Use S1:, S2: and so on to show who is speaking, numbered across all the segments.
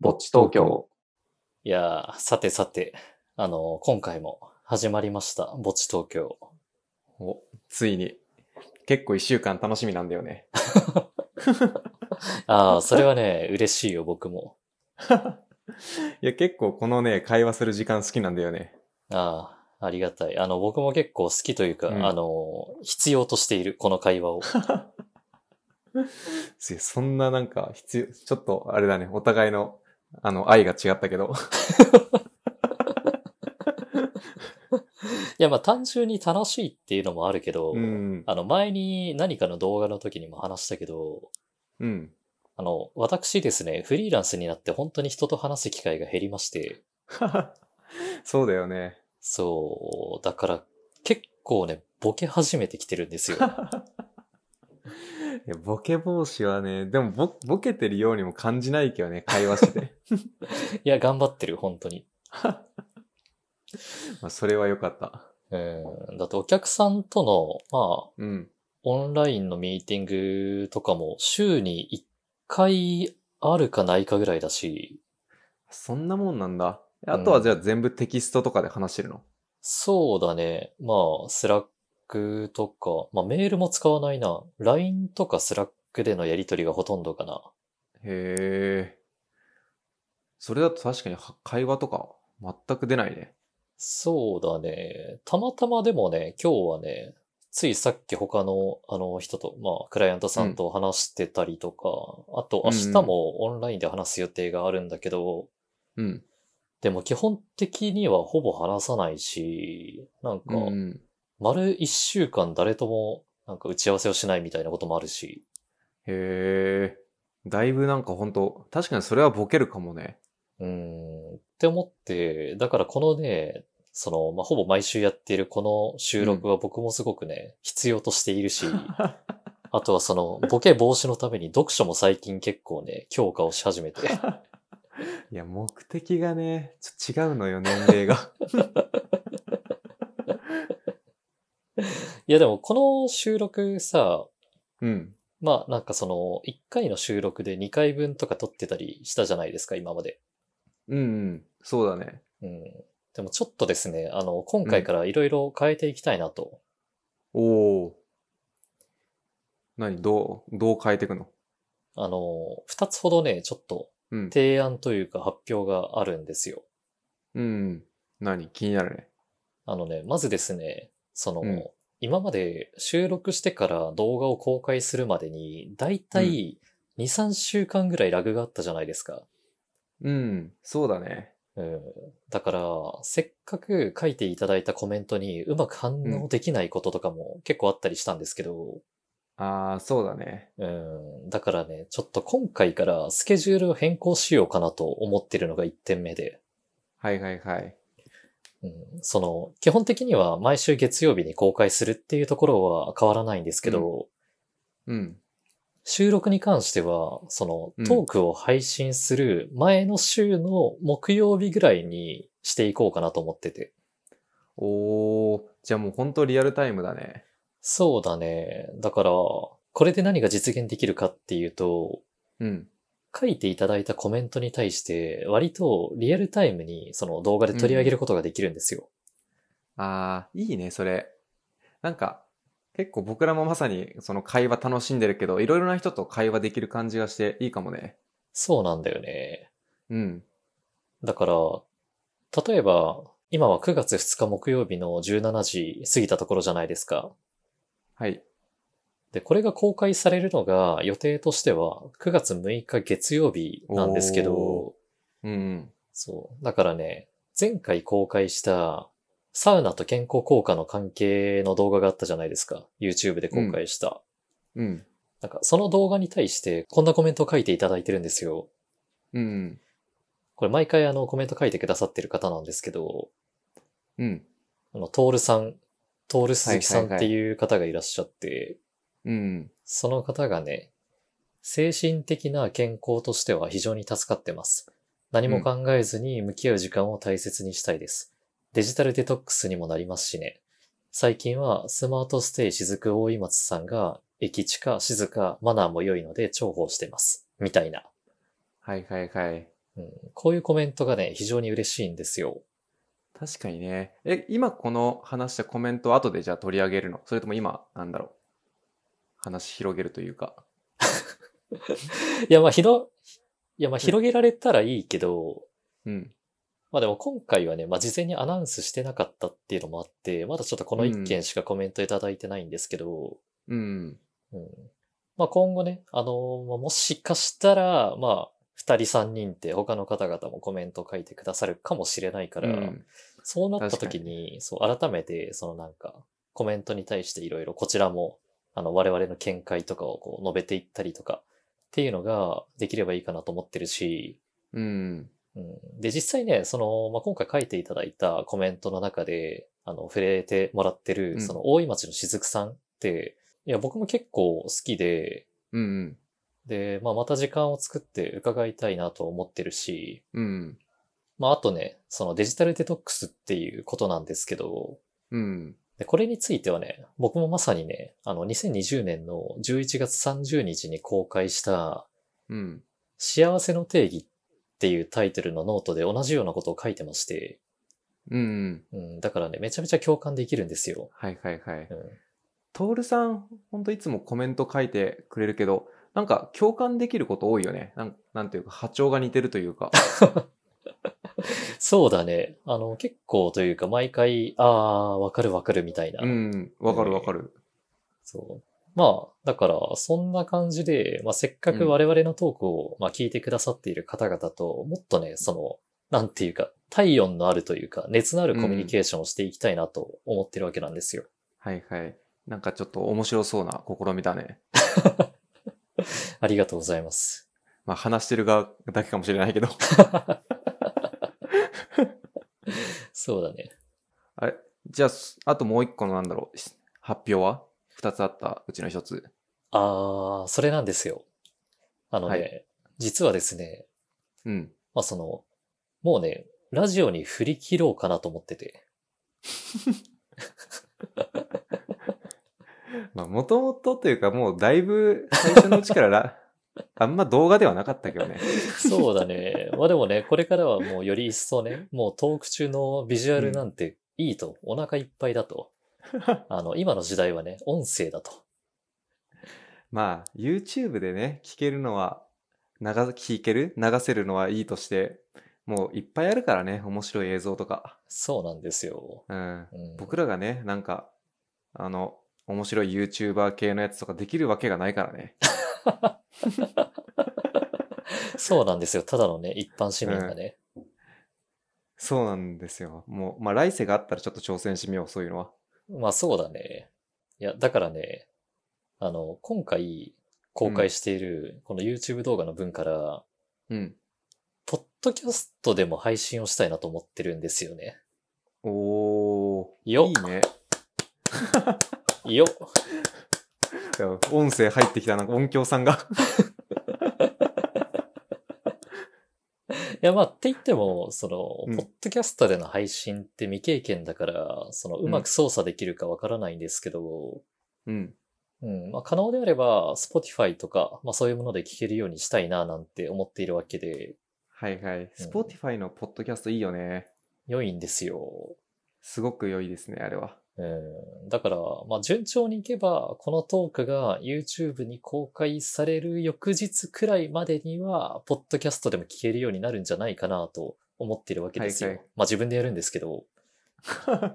S1: ぼっち東京。
S2: いやー、さてさて、あのー今回も始まりました。墓地東京。
S3: お、ついに。結構一週間楽しみなんだよね。
S2: ああ、それはね、嬉しいよ、僕も。
S3: いや、結構このね、会話する時間好きなんだよね。
S2: ああ、ありがたい。あの、僕も結構好きというか、
S3: うん
S2: あのー必要としている、この会話 を。
S3: ついそんななんか必要、ちょっとあれだね、お互いの、あの、愛が違ったけど。
S2: いや、まあ、単純に楽しいっていうのもあるけど、
S3: うん。
S2: あの、前に何かの動画の時にも話したけど、
S3: うん。
S2: あの、私ですね、フリーランスになって本当に人と話す機会が減りまして、
S3: そうだよね。
S2: そう、だから結構ね、ボケ始めてきてる んですよ。
S3: いやボケ防止はね、でもボボケてるようにも感じないけどね、会話 してて。
S2: いや、頑張ってる、本当に。
S3: まあ、それは良かった。
S2: うん。だってお客さんとの、まあ、
S3: うん。
S2: オンラインのミーティングとかも週に1回あるかないかぐらいだし、
S3: そんなもんなんだ。あとはじゃあ全部テキストとかで話してるの、
S2: そうだね。まあ、スラックとか、まあメールも使わないな。LINE とかスラックでのやりとりがほとんどかな。
S3: へえ。それだと確かには会話とか全く出ないね。
S2: そうだね。たまたまでもね、今日はね、ついさっき他のあの人と、まあ、クライアントさんと話してたりとか、あと明日もオンラインで話す予定があるんだけど、
S3: うん。
S2: でも基本的にはほぼ話さないし、なんか、
S3: うん。
S2: 丸一週間誰とも、なんか打ち合わせをしないみたいなこともあるし、
S3: へえ。だいぶなんかほんと、確かにそれはボケるかもね。
S2: うーん、って思って、だからこのね、その、まあ、ほぼ毎週やっているこの収録は僕もすごくね、必要としてい るし、あとはその、ボケ防止のために読書も最近結構ね、強化をし始 めて。
S3: いや、目的がね、ちょ違うのよ、年齢が。
S2: いやでもこの収録さ、
S3: うん。
S2: まあなんかその、1回の収録で2回分とか撮ってたりしたじゃないですか、今まで。
S3: うん、うん。そうだね。
S2: うん。でもちょっとですね、あの、今回からいろいろ変えていきたいなと。
S3: おお。何どう、どう変えていくの
S2: あの、二つほどね、ちょっと
S3: うん。
S2: 提案というか発表があるんですよ。
S3: うんうん。何気になるね。
S2: あのね、まずですね、その、
S3: うん
S2: 今まで収録してから動画を公開するまでに、だいたい2、3週間ぐらいラグがあったじゃないですか。
S3: うん。そうだね。
S2: うん。だから、せっかく書いていただいたコメントにうまく反応できないこととかも結構あったりしたんですけど、
S3: ああ、そうだね。
S2: うん、だからね、ちょっと今回からスケジュールを変更しようかなと思ってるのが1点目で、
S3: はいはいはい。
S2: うん、その、基本的には毎週月曜日に公開するっていうところは変わらないんですけど、
S3: うん。
S2: 収録に関しては、そ
S3: うん
S2: のトークを配信する前の週の木曜日ぐらいにしていこうかなと思ってて。
S3: おー、じゃあもう本当リアルタイムだね。
S2: そうだね。だから、これで何が実現できるかっていうと、
S3: うん。
S2: 書いていただいたコメントに対して、割とリアルタイムにその動画で取り上げることができるんですよ。
S3: あー、いいね、それ。なんか、結構僕らもまさにその会話楽しんでるけど、いろいろな人と会話できる感じがしていいかもね。
S2: そうなんだよね。
S3: うん。
S2: だから、例えば、今は9月2日木曜日の17時過ぎたところじゃないですか。
S3: はい。
S2: で、これが公開されるのが予定としては9月6日月曜日なんですけ
S3: お
S2: ど、
S3: うんうん。
S2: そう。だからね、前回公開したサウナと健康効果の関係の動画があったじゃないですか。YouTube で公開した。
S3: うん。
S2: なんか、その動画に対して、こんなコメントを書いていただいてるんですよ。
S3: うん。
S2: これ、毎回あの、コメント書いてくださってる方なんですけど、
S3: うん。
S2: あの、トールさん、トール鈴木さん
S3: はいはい
S2: っ
S3: はい
S2: ていう方がいらっしゃって、
S3: うん。
S2: その方がね、精神的な健康としては非常に助かってます。何も考えずに向き合う時間を大切にしたいです。デジタルデトックスにもなりますしね。最近はスマートステイ雫大井松さんが、駅近、静か、マナーも良いので重宝してます。みたいな。
S3: はいはいはい。
S2: うん、こういうコメントがね、非常に嬉しいんですよ。
S3: 確かにね。え、今この話したコメントを後でじゃあ取り上げるのそれとも今、なんだろう。話広げるというか。
S2: いや、まあ、ひろ、いや、まあ、広げられたらいいけど、
S3: うん。
S2: まあでも今回はね、まあ事前にアナウンスしてなかったっていうのもあって、まだちょっとこの一件しかコメントいただいてないんですけど、
S3: うん。
S2: うん。まあ今後ね、あのーまあもしかしたら、まあ、二人三人って他の方々もコメントを書いてくださるかもしれないから、
S3: うん
S2: そうなった時に、そう、改めて、そのなんか、コメントに対していろいろこちらも、あの、我々の見解とかをこう述べていったりとか、っていうのができればいいかなと思ってるし、
S3: うん。
S2: うんで、実際ね、その、まあ、今回書いていただいたコメントの中で、あの、触れてもらって
S3: う
S2: る、
S3: ん
S2: その、大井町のしずくさんって、いや、僕も結構好きで、
S3: うん。うん。
S2: で、まあ、また時間を作って伺いたいなと思ってるし、
S3: うん。
S2: まあ、あとね、そのデジタルデトックスっていうことなんですけど、
S3: うん。
S2: でこれについてはね、僕もまさにね、あの、2020年の11月30日に公開した、
S3: うん。
S2: 幸せの定義っていうタイトルのノートで同じようなことを書いてまして、
S3: うん。
S2: うん、だからね、めちゃめちゃ共感できるんですよ。
S3: はいはいはい。
S2: うん、
S3: トールさん、ほんといつもコメント書いてくれるけど、なんか共感できること多いよね。なんなんていうか、波長が似てるというか。
S2: そうだね。あの、結構というか、毎回、ああ、わかるわかるみたい な。
S3: うん。わかるわかる。
S2: そう。まあ、だから、そんな感じで、まあ、せっかく我々のトークを、まあ、聞いてくださっている方々と、もっとね、その、なんていうか、体温のあるというか、熱のあるコミュニケーションをしていきたいなと思ってるわけなんですよ。
S3: はいはい。なんかちょっと面白そうな試みだね。
S2: ありがとうございます。
S3: まあ話してる側だけかもしれないけど。
S2: そうだね。
S3: あれじゃあ、すあともう一個のなんだろう、し発表は二つあったうちの一つ。
S2: ああ、それなんですよ。あのね、
S3: は
S2: 実はですね、
S3: うん。
S2: まあその、もうね、ラジオに振り切ろうかなと思ってて。
S3: まあ、もともとというか、もうだいぶ最初のうちからら、 あんま動画ではなかったけどね。
S2: そうだね。まあでもね、これからはもうより一層ね、もうトーク中のビジュアルなんていいと、お腹いっぱいだと。あの、今の時代はね、音声だと。
S3: まあ、YouTube でね、聞けるのは、流、聞ける流せるのはいいとして、もういっぱいあるからね、面白い映像とか。
S2: そうなんですよ。
S3: うん。
S2: うん、
S3: 僕らがね、なんか、あの、面白い YouTuber 系のやつとかできるわけがないからね。
S2: そうなんですよ。ただのね、一般市民がね。
S3: そうなんですよ。もう、まあ来世があったらちょっと挑戦してみよう、そういうのは。
S2: まあそうだね。いや、だからね、あの、今回公開しているこの YouTube 動画の分から、
S3: うん。
S2: ポッドキャストでも配信をしたいなと思ってるんですよね。
S3: おー。
S2: よ
S3: いいね。
S2: よ
S3: いや音声入ってきた、なんか音響さんが。
S2: いや、まあ、って言っても、その、
S3: うん
S2: ポッドキャストでの配信って未経験だから、その、うまく操作できるかわからないんですけど、
S3: うん。
S2: うん、まあ、可能であれば、Spotify とか、まあ、そういうもので聞けるようにしたいな、なんて思っているわけで、
S3: はいはい。Spotify のポッドキャストいいよね。
S2: 良いんですよ。
S3: すごく良いですね、あれは。
S2: うん、だから、まあ、順調にいけば、このトークが YouTube に公開される翌日くらいまでには、ポッドキャストでも聞けるようになるんじゃないかなと思っているわけですよ。
S3: はいはい
S2: まあ、自分でやるんですけど、
S3: 確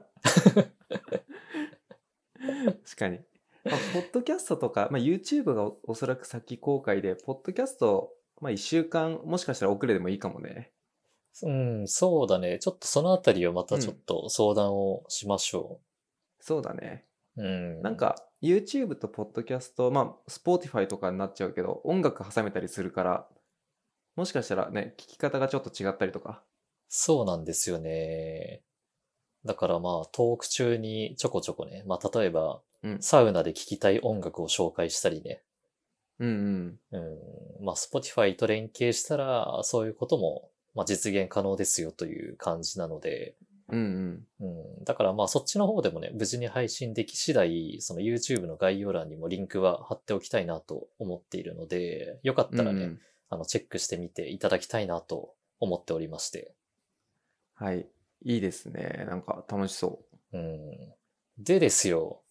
S3: かに。まあ、ポッドキャストとか、まあ、YouTube がおおそらく先公開で、ポッドキャスト、まあ、1週間、もしかしたら遅れでもいいかもね。
S2: うん、そうだね。ちょっとそのあたりをまたちょっと相談をしましょ
S3: そうだね。
S2: う。うん。
S3: なん、か、YouTube とポッドキャスト、まあ、Spotify とかになっちゃうけど、音楽挟めたりするから、もしかしたらね、聞き方がちょっと違ったりとか。
S2: そうなんですよね。だからまあ、トーク中にちょこちょこね、まあ、例えば、
S3: うん。
S2: サウナで聴きたい音楽を紹介したりね。
S3: うんうん。
S2: うん。まあ、Spotify と連携したら、そういうことも、まあ、実現可能ですよという感じなので、
S3: うんうん。
S2: うん。だからまあ、そっちの方でもね、無事に配信でき次第、その YouTube の概要欄にもリンクは貼っておきたいなと思っているので、よかったらね、
S3: うんうん
S2: あの、チェックしてみていただきたいなと思っておりまして。
S3: はい。いいですね。なんか楽しそう。
S2: うん。でですよ。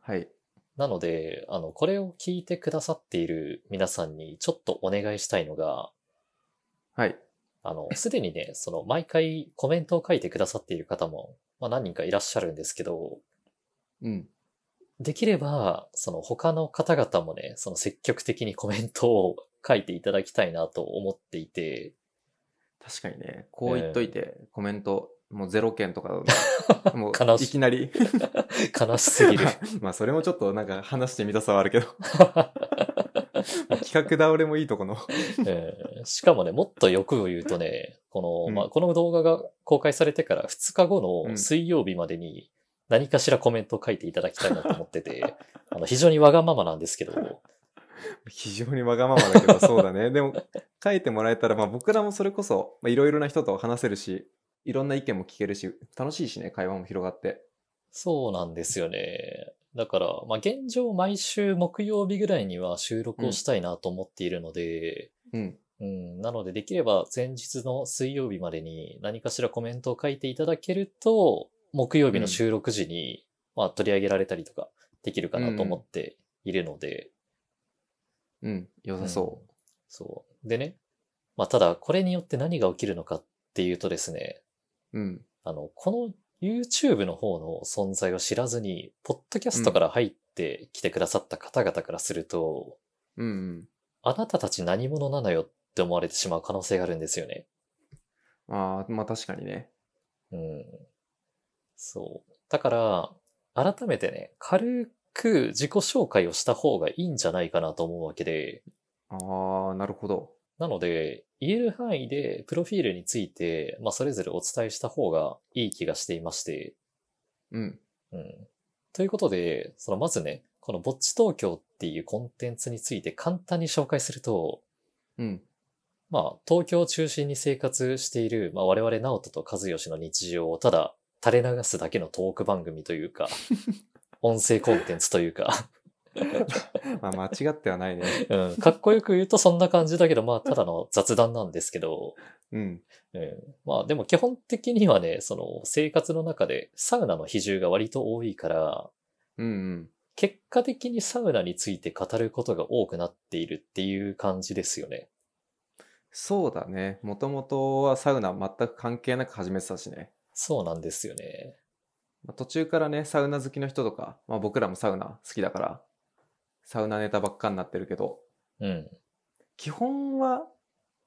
S3: はい。
S2: なので、あの、これを聞いてくださっている皆さんにちょっとお願いしたいのが、
S3: はい。
S2: あの、すでにね、その、毎回コメントを書いてくださっている方も、まあ何人かいらっしゃるんですけど、
S3: うん。
S2: できれば、その他の方々もね、その積極的にコメントを書いていただきたいなと思っていて、
S3: 確かにね、こう言っといて、コメント、もうゼロ件 とかだと、も
S2: 悲
S3: う
S2: しい
S3: いきなり。
S2: 悲しすぎる。
S3: まあ、それもちょっとなんか話してみたさはある けど。企画倒れもいいとこの。
S2: うんしかもね、もっと欲を言うとね、この、
S3: うん
S2: まあ、この動画が公開されてから2日後
S3: う
S2: の
S3: ん
S2: 水曜日までに何かしらコメントを書いていただきたいなと思ってて、 あの、非常にわがままなんですけど、
S3: 非常にわがままだけど、そうだね。でも、書いてもらえたら、まあ僕らもそれこそ、まあいろいろな人と話せるし、いろんな意見も聞けるし、楽しいしね、会話も広がって。
S2: そうなんですよね。だから、まあ、現状毎週木曜日ぐらいには収録をしたいなと思っているので、
S3: うん。
S2: うん、なのでできれば前日の水曜日までに何かしらコメントを書いていただけると、木曜日の収録時に、まあ取り上げられたりとかできるかなと思っているので、
S3: うん。良さそ
S2: そう。でね、まあただこれによって何が起きるのかっていうとですね、
S3: う。うん。
S2: あの、この YouTube の方の存在を知らずに、ポッドキャストから入ってきてくださった方々からすると、
S3: うん、うん。
S2: あなたたち何者なのよって思われてしまう可能性があるんですよね。
S3: ああ、まあ確かにね。
S2: うん。そう。だから、改めてね、軽く自己紹介をした方がいいんじゃないかなと思うわけで、
S3: ああ、なるほど。
S2: なので、言える範囲でプロフィールについて、まあ、それぞれお伝えした方がいい気がしていまして、
S3: うん。
S2: うん。ということで、そのまずね、このぼっち東京っていうコンテンツについて簡単に紹介すると、
S3: うん。
S2: まあ、東京を中心に生活している、まあ、我々直人と和義の日常をただ垂れ流すだけのトーク番組というか、音声コンテンツというか、
S3: まあ間違ってはないね。
S2: うん、かっこよく言うとそんな感じだけど、まあ、ただの雑談なんですけど、
S3: うん。
S2: うん、まあ、でも基本的にはね、その生活の中でサウナの比重が割と多いから、
S3: うんうん。
S2: 結果的にサウナについて語ることが多くなっているっていう感じですよね。
S3: そうだね。もともとはサウナ全く関係なく始めてたしね。
S2: そうなんですよね。
S3: まあ途中からね、サウナ好きの人とか、まあ僕らもサウナ好きだから、サウナネタばっかになってるけど、
S2: うん。
S3: 基本は、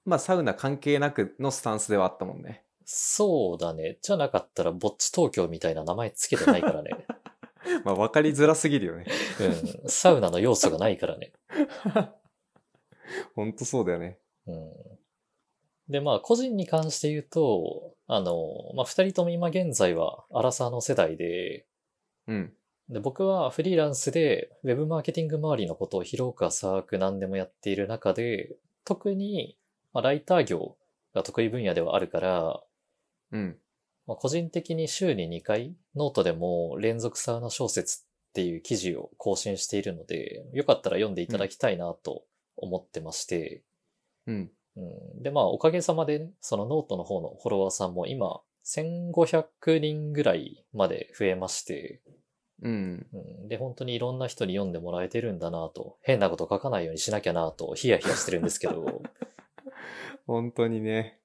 S3: まあサウナ関係なくのスタンスではあったもんね。
S2: そうだね。じゃなかったら、ぼっち東京みたいな名前つけてないからね。
S3: まあ分かりづらすぎるよね。
S2: うん。サウナの要素がないからね。
S3: ほんとそうだよね。
S2: うん。で、まあ、個人に関して言うと、あの、まあ、二人とも今現在は、アラサーの世代で、
S3: うん。
S2: で僕はフリーランスで、ウェブマーケティング周りのことを広く浅く何でもやっている中で、特に、まあ、ライター業が得意分野ではあるから、
S3: うん。
S2: まあ、個人的に週に2回、ノートでも連続サウナ小説っていう記事を更新しているので、よかったら読んでいただきたいなと思ってまして、
S3: うん。
S2: うん、で、まあ、おかげさまで、ね、そのノートの方のフォロワーさんも今、1500人ぐらいまで増えまして、
S3: うん。
S2: うん、で、本当にいろんな人に読んでもらえてるんだなと、変なこと書かないようにしなきゃなと、ヒヤヒヤしてるんです けど、
S3: 本当にね。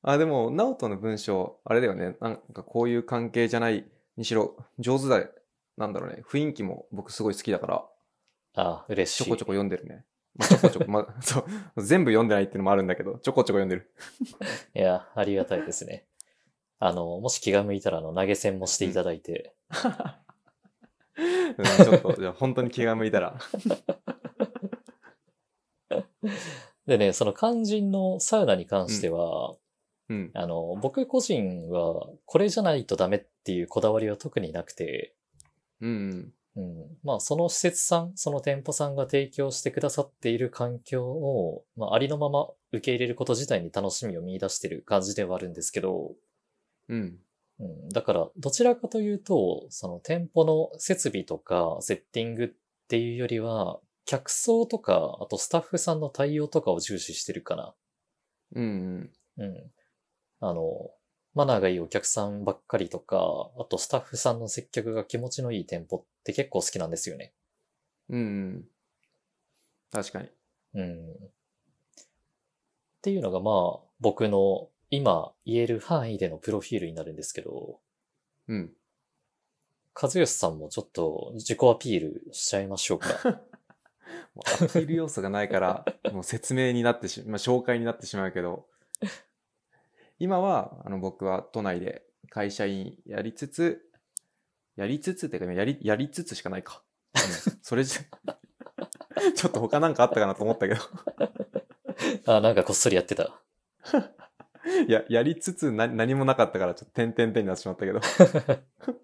S3: あ、でも、ナオトの文章、あれだよね。なんかこういう関係じゃないにしろ、上手だ、なんだろうね。雰囲気も僕すごい好きだから、
S2: あ、嬉し
S3: ちょ
S2: い。
S3: こちょこ読んでるね。まあ、ちょこちょこ、ま あ、そう、全部読んでないっていうのもあるんだけど、ちょこちょこ読んでる。
S2: いや、ありがたいですね。あの、もし気が向いたら、あの、投げ銭もしていただいて、
S3: うん、ちょっと、じゃあ本当に気が向いたら。
S2: でね、その肝心のサウナに関しては、
S3: うん。
S2: あの、僕個人はこれじゃないとダメっていうこだわりは特になくて、
S3: うんうん。
S2: うん、まあその施設さん、その店舗さんが提供してくださっている環境を、まあありのまま受け入れること自体に楽しみを見出してる感じではあるんですけど、
S3: うん。
S2: うん、だからどちらかというと、その店舗の設備とかセッティングっていうよりは、客層とか、あとスタッフさんの対応とかを重視してるかな
S3: うんうん。
S2: うん。あの、マナーがいいお客さんばっかりとか、あとスタッフさんの接客が気持ちのいい店舗って結構好きなんですよね。
S3: うんうん。確かに。
S2: うん。っていうのがまあ、僕の今言える範囲でのプロフィールになるんですけど、
S3: うん。
S2: 和義さんもちょっと自己アピールしちゃいましょうか。
S3: もうアピール要素がないから、 もう説明になってしまう、紹介になってしまうけど、今は、あの、僕は都内で会社員やりつつ、やりつつっていうか、やり、やりつつしかないか。うんそれじゃ、 ちょっと他なんかあったかなと思ったけど、
S2: あ、なんかこっそりやってた。
S3: いや、やりつつな何もなかったから、ちょっと点々点になってしまったけど。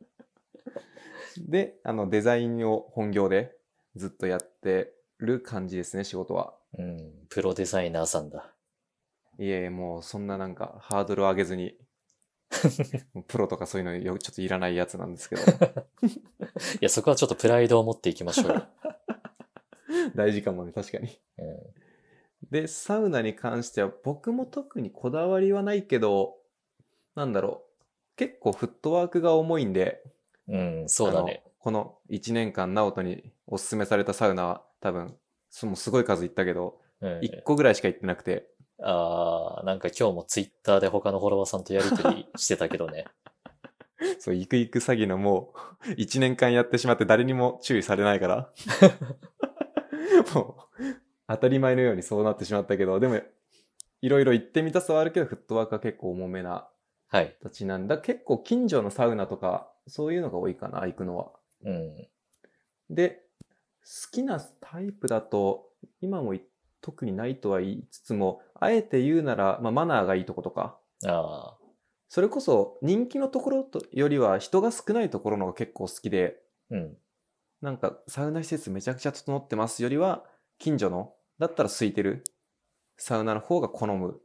S3: で、あの、デザインを本業でずっとやってる感じですね、仕事は。
S2: うん、プロデザイナーさんだ。
S3: いえ、もうそんななんかハードル上げず に、もうプロとかそういうのよちょっといらないやつなん ですけど、
S2: いや、そこはちょっとプライドを持っていきましょうよ。
S3: 大事かもね、確かに。
S2: うん
S3: で、サウナに関しては僕も特にこだわりはないけど、なんだろう。結構フットワークが重いんで、
S2: うん、そうだね
S3: あ。のこの1年間、ナオトにおすすめされたサウナは多分、そのすごい数行ったけど、
S2: うん、
S3: 1個ぐらいしか行ってなくて、
S2: あーなんか今日もツイッターで他のフォロワーさんとやりとりしてたけ どね。
S3: そう、行く行く詐欺のもう、1年 間やってしまって誰にも注意されないから。もう、当たり前のようにそうなってしまったけど、でも、いろいろ行ってみたさはあるけど、フットワークは結構重めな
S2: はい。
S3: 立ちなんだ。結構近所のサウナとか、そういうのが多いかな、行くのは。
S2: うん。
S3: で、好きなタイプだと、今もい特にないとは言いつつも、あえて言うなら、まあ、マナーがいいとことか、
S2: ああ。
S3: それこそ人気のところとよりは人が少ないところのが結構好きで、
S2: うん。
S3: なんかサウナ施設めちゃくちゃ整ってますよりは、近所の、だったら空いてるサウナの方が好む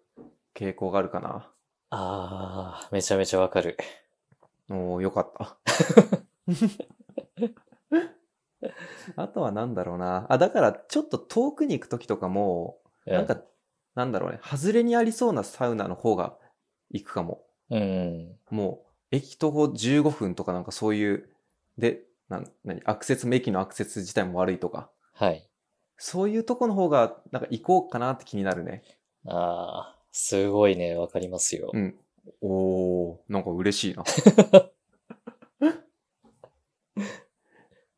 S3: 傾向があるかな。
S2: ああ、めちゃめちゃわかる。
S3: おー、よかった。あとはなんだろうな。あ、だからちょっと遠くに行くときとかも、
S2: うん
S3: なんか、なんだろうね、外れにありそうなサウナの方が行くかも。
S2: うん。
S3: もう、駅徒歩15分とかなんかそういう、で、なん、何、アクセスも、駅のアクセス自体も悪いとか、
S2: はい。
S3: そういうとこの方が、なんか行こうかなって気になるね。
S2: ああ、すごいね、わかりますよ。
S3: うん。おー、なんか嬉しいな。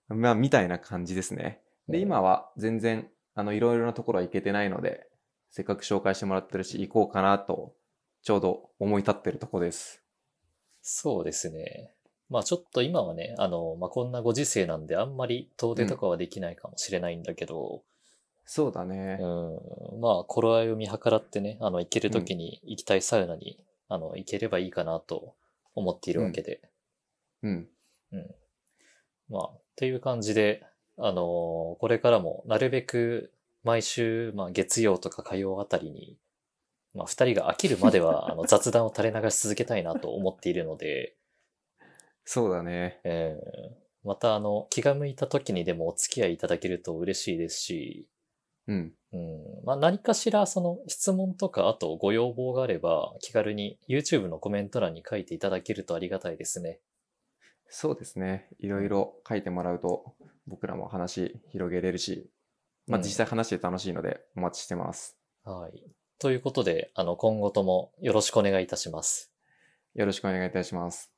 S3: まあ、みたいな感じですね。で、今は全然、あの、いろいろなところは行けてないので、せっかく紹介してもらってるし、行こうかなと、ちょうど思い立ってるとこです。
S2: そうですね。まあちょっと今はね、あの、まあ、こんなご時世なんであんまり遠出とかはできないかもしれないんだけど、
S3: そうだ
S2: う
S3: ね。
S2: ん、まあ頃合いを見計らってね、あの、行ける時に行きたいサウナに、あの、行ければいいかなと思っているわけで。
S3: うん。
S2: まあ、っていう感じで、あのーこれからもなるべく毎週、まあ、月曜とか火曜あたりに、まあ、二人が飽きるまで はあの雑談を垂れ流し続けたいなと思っているので、
S3: そうだね。
S2: えーまたあの気が向いた時にでもお付き合いいただけると嬉しいですし、
S3: うん。
S2: うんまあ、何かしらその質問とかあとご要望があれば気軽に YouTube のコメント欄に書いていただけるとありがたいですね。
S3: そうですね。いろいろ書いてもらうと、僕らも話広げれるし、まあ
S2: うん
S3: 実際話して楽しいのでお待ちしてます。
S2: はい。ということで、あの今後ともよろしくお願いいたします。
S3: よろしくお願いいたします。